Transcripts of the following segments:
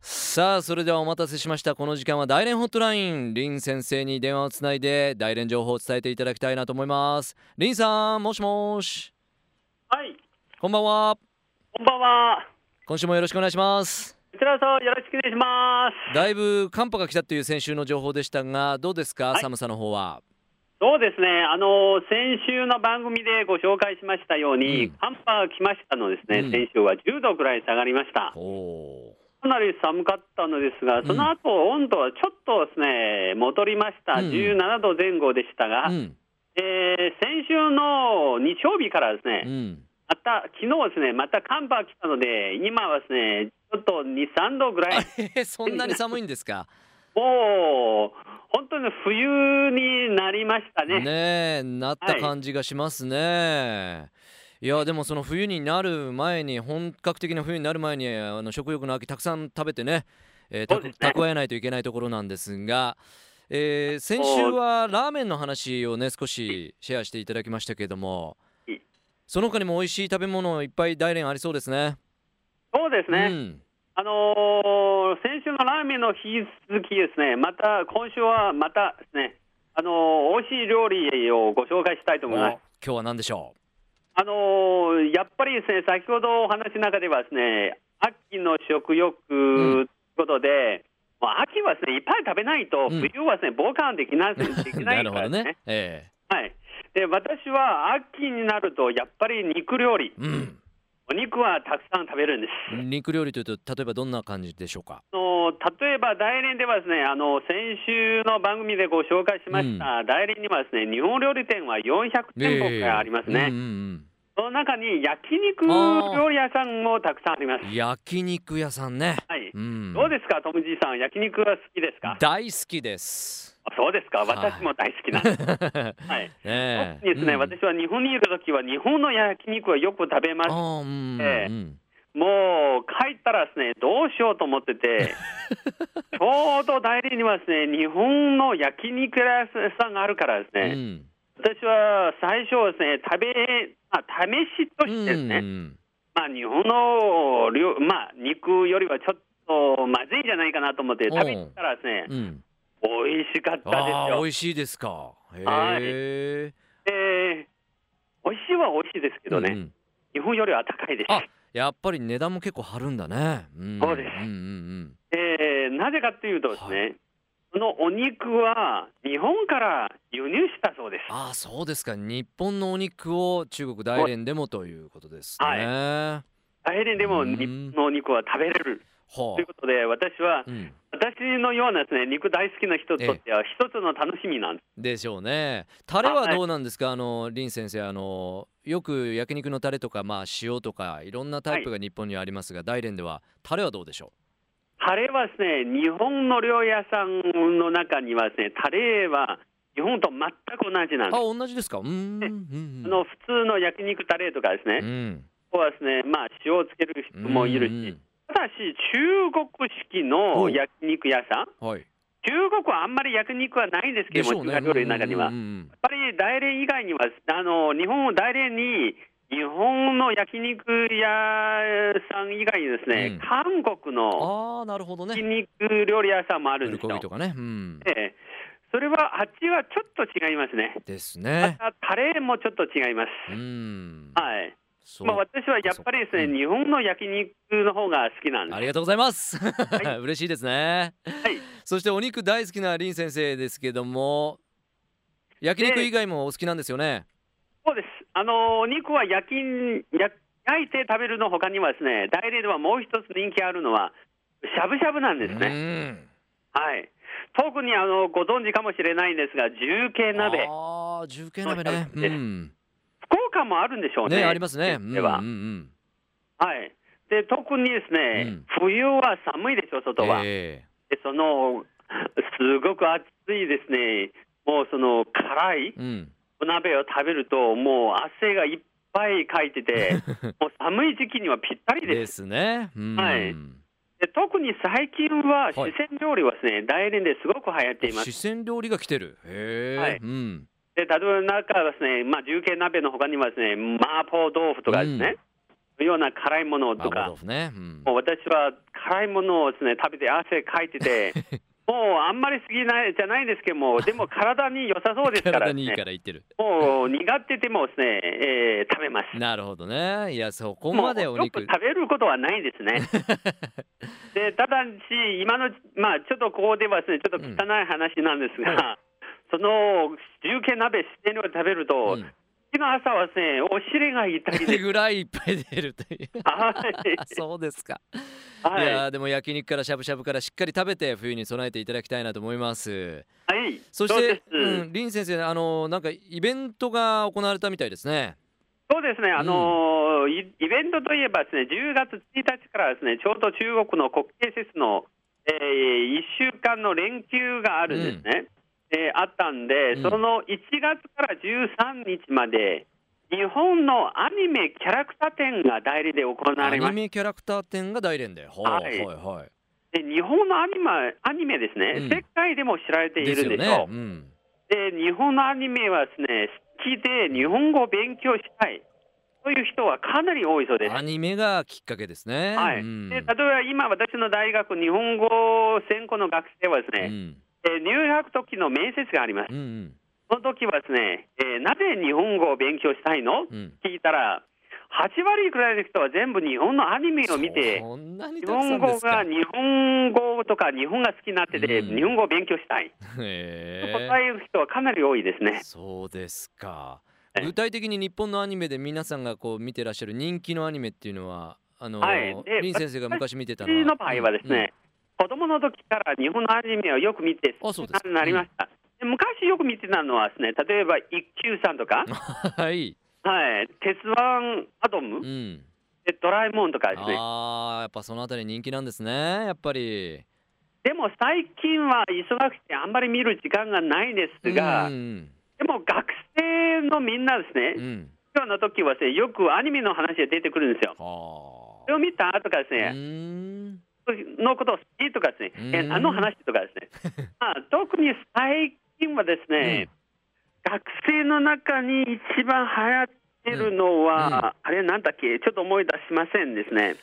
さあそれではお待たせしましたこの時間は大連ホットライン林先生に電話をつないで大連情報を伝えていただきたいなと思います林さんもしもしはい、こんばんはこんばんは。今週もよろしくお願いしますこちらこそよろしくお願いします。だいぶ寒波が来たという先週の情報でしたがどうですか、はい寒さの方はそうですね、あの先週の番組でご紹介しましたように、うん寒波が来ましたのですね、うん先週は10度くらい下がりました。おおかなり寒かったのですが、その後、温度はちょっとですね、戻りました、うん17度前後でしたが、ーうえんー先週の日曜日からですね、うんまた昨日ですね、また寒波が来たので、今はですね、ちょっと2、3度ぐらい。えー そんなに寒いんですかもう本当に冬になりましたね。ねえなった感じがしますね、い、やでもその冬になる前に本格的な冬になる前にあの食欲の秋たくさん食べてね,、えーたそうですね蓄えないといけないところなんですが、えー先週はラーメンの話をね少しシェアしていただきましたけどもはいその他にも美味しい食べ物いっぱい大連ありそうですね。そうですね、うんあのー先週のラーメンの引き続きですね、また今週はまたですね、あのー美味しい料理をご紹介したいとお思います今。日は何でしょあのーやっぱりですね、先ほどお話の中ではですね、秋の食欲とういうことで、もう秋はですね、いっぱい食べないと、うん冬はですね、防寒できなでうきな ないるかほらどですね。ね。えはい。で、私は秋になると、やっぱり肉料理。えうんお肉はたくさん食べるんです。肉料理というと例えばどんな感じでしょうかあの例えば大連ではですね、あの先週の番組でご紹介しました、大連にはですね、日本料理店は400店舗くらいありますね。ええうんうんその中に焼肉料理屋さんもたくさんありますう。ん焼肉屋さんね。はい。うん、どうですか、トムじいさん、焼肉は好きですか。大好きです。 あそうですか、はい私も大好きなんです。はい。 ねえ。特にですね、うん、私は日本にいるときは日本の焼肉はよく食べますあ。ーうん、えうえんもう帰ったらですねどうしようと思っ ててちょうど代理にはですね日本の焼肉屋さんがあるからですうね、ん、私は最初はですね食べ、まあ、試しとしてですね、うんまあ、日本の料、まあ、肉よりはちょっとまずいんじゃないかなと思っておう食べに行ったらですねうん、美味しかったであすあーよ美味しいですか。へはいえ。で美味しいは美味しいですけどね、うんうん日本よりは高いですあやっぱり値段も結構張るんだね。うん、そうですうんうんえーなぜかというとですね、そのお肉は日本から輸入したそうです。ああそうですか日本のお肉を中国大連でもということですね。はいは大変でもうん日本のお肉は食べれるあということで、私はうん、私のようなですね肉大好きな人にとっては一つの楽しみなんです。でしょうねタレははいどうなんですかあの林先生あのよく焼肉のタレとかまあ塩とかいろんなタイプが日本にはありますが、大連ではタレはどうでしょタレはですね日本の料理屋さんの中にはですねタレは日本と全く同じなんうあです。同じですかうーんうえんあの普通の焼肉タレとかでうすね、んここはですねまあ塩をつける人うんもいるうんうし、んただし中国式の焼肉屋さん。はい中国はあんまり焼肉はないんですけでどしょも、うね中華料理の中には。うんうやっんうんぱり大連以外には、あの日本を大連に、日本の焼肉屋さん以外にですうねん、韓国のああなるほどね焼肉料理屋さんもあるプルんですコよギ。とかねうんええそれは、あっちはちょっと違いますね。ですまねた、タレもちょっと違います。うんはい。そうまあ、私はやっぱりですそうね、か日本の焼肉の方が好きなんあでりがとうございます。い 嬉しいですね。いそしてお肉大好きな林先生ですけども、焼肉以外もお好きなんですよね。す。そうです。あの、お肉は焼きん、焼焼いて食べるの他にはですね、大連ではもう一つ人気あるのは、しゃぶしゃぶなんですうね。んはい。特にあのご存知かもしれないんですが、重慶鍋、ああ、重慶鍋ね。そうですうん。福岡もあるんでしょうね。ね、ありますね。うんでは、うんうんはい。で、特にですね、うん冬は寒いでしょ、外は。えで、その、すごく暑いですね、もうその辛いえうん。お鍋を食べると、もう汗がいっぱいかいてて、 もう寒い時期にはぴったりですで。すね。うんはいで特に最近は四川料理はですね、大連ですごく流行っています。四川料理が来てる。へえ。はいうん。で例えば中はですね、まあ、重慶鍋の他にはですね麻婆豆腐とかですね、ような辛いものと麻婆か豆、腐ね、うんもう私は辛いものをですね食べて汗かい てて、もうあんまり好きないじゃないですけども、でも体に良さそうですから体ですにいいね、から言ってるもう苦手でもですね、えー食べます。なるほどねいやそこまでおもうよく肉食べることはないで すね。でただし、今の、まあ、ちょっとここではですね、ちょっと汚い話なんですが、その重慶鍋、四川料理食べると、うん次の朝はですね、お尻が痛い です。ぐらいいっぱい出るというはいあそうですか、い、はい。やーでも焼肉からしゃぶしゃぶからしっかり食べて冬に備えていただきたいなと思いますはい、そしそうでてす、うん、林先生あのなんかイベントが行われたみたいですねそうですね、あのーイイベントといえばですね、10月1日からですね、ちょうど中国の国慶節の、え1週間の連休があるんですね、えーあったんで、うんその1月から13日まで、日本のアニメキャラクター展が代理で行わアれニましメキャラクター展が大連でほうははいいはいて、日本のアニマアニメですね、うん世界でも知られているんですよ。よね、うん、で日本のアニメはですね好きで日本語を勉強したいという人はかなり多いそうです。アニメがきっかけですねはい、うんで例えば今私の大学日本語専攻の学生はですうね、んえー入学時の面接がありまうすんうんその時はですね、えーなぜ日本語を勉強したいのうん聞いたら8割くらいの人は全部日本のアニメを見てそんなに日たくさ本んで語すかが日本語とか日本が好きになってて、うん日本語を勉強したいと へ答える人はかなり多いですえね。そうですかはい具体的に日本のアニメで皆さんがこう見てらっしゃる人気のアニメっていうのはあの、はいで林先生が昔見てたの私の場合はですうんね、子供の時から日本のアニメをよく見てあそうですか好きになりました。で昔よく見てたのはですね、例えば一休さんとか、はい、はい、鉄腕アトムう、ん、でドラえもんとかですね。あーやっぱそのあたり人気なんですねやっぱりでも最近は忙しくてあんまり見る時間がないですが、うんでも学生のみんなですうんうね、ん今日の時はですね、よくアニメの話が出てくるんですよ。はそれを見たとかですあねう、ーんのことを好きとかですね、えうんあの話とかです ね、まあ、特に最近はですね、学生の中に一番流行ってるのは、うんうんあれなんだっけ、ちょっと思い出しませんですね、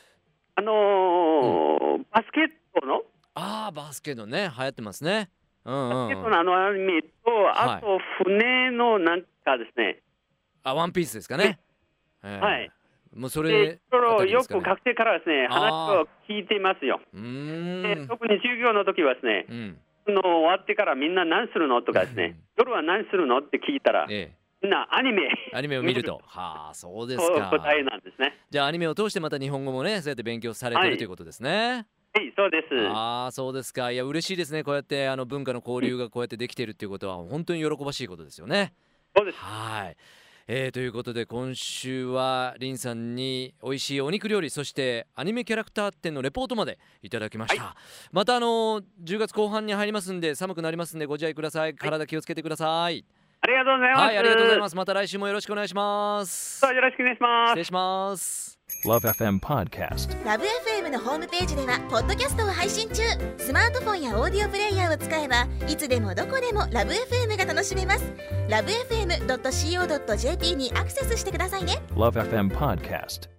あのーバスケットの、あーバスケのね流行ってますねうんバうんスケットうんのあのアニメと、はいあと船のなんかですね、あワンピースですかねええはいもうそでれいろあたいろりでよすかねく学生からですね、話を聞いてますよ。うでーん特に授業の時はですね、うんその終わってからみんな何するのとかですね、夜は何するのって聞いたら、えみんなアニメえアニメを見るとはあ そうですと か答えなんですね。じゃあアニメを通してまた日本語もねそうやって勉強されてはるいということですね、はい、そうです。ああそうですかいや嬉しいですねこうやってあの文化の交流がこうやってできているっていうことは本当に喜ばしいことですよねそうです。はい、えーということで今週はリンさんに美味しいお肉料理そしてアニメキャラクター展のレポートまでいただきました、またあのー10月後半に入りますんで寒くなりますんでご自愛ください体気をつけてくださいありがとうございます。。はいありがとうございますすまた来週もよろしくお願いしますよろしくお願いします失。礼します Love FM Podcast. ラブ f m のホームページではポッドキャストを配信中スマートフォンやオーディオプレイヤーを使えばいつでもどこでもラブ f m が楽しめますラブ FM.co.jp にアクセスしてくださいね Love FM Podcast.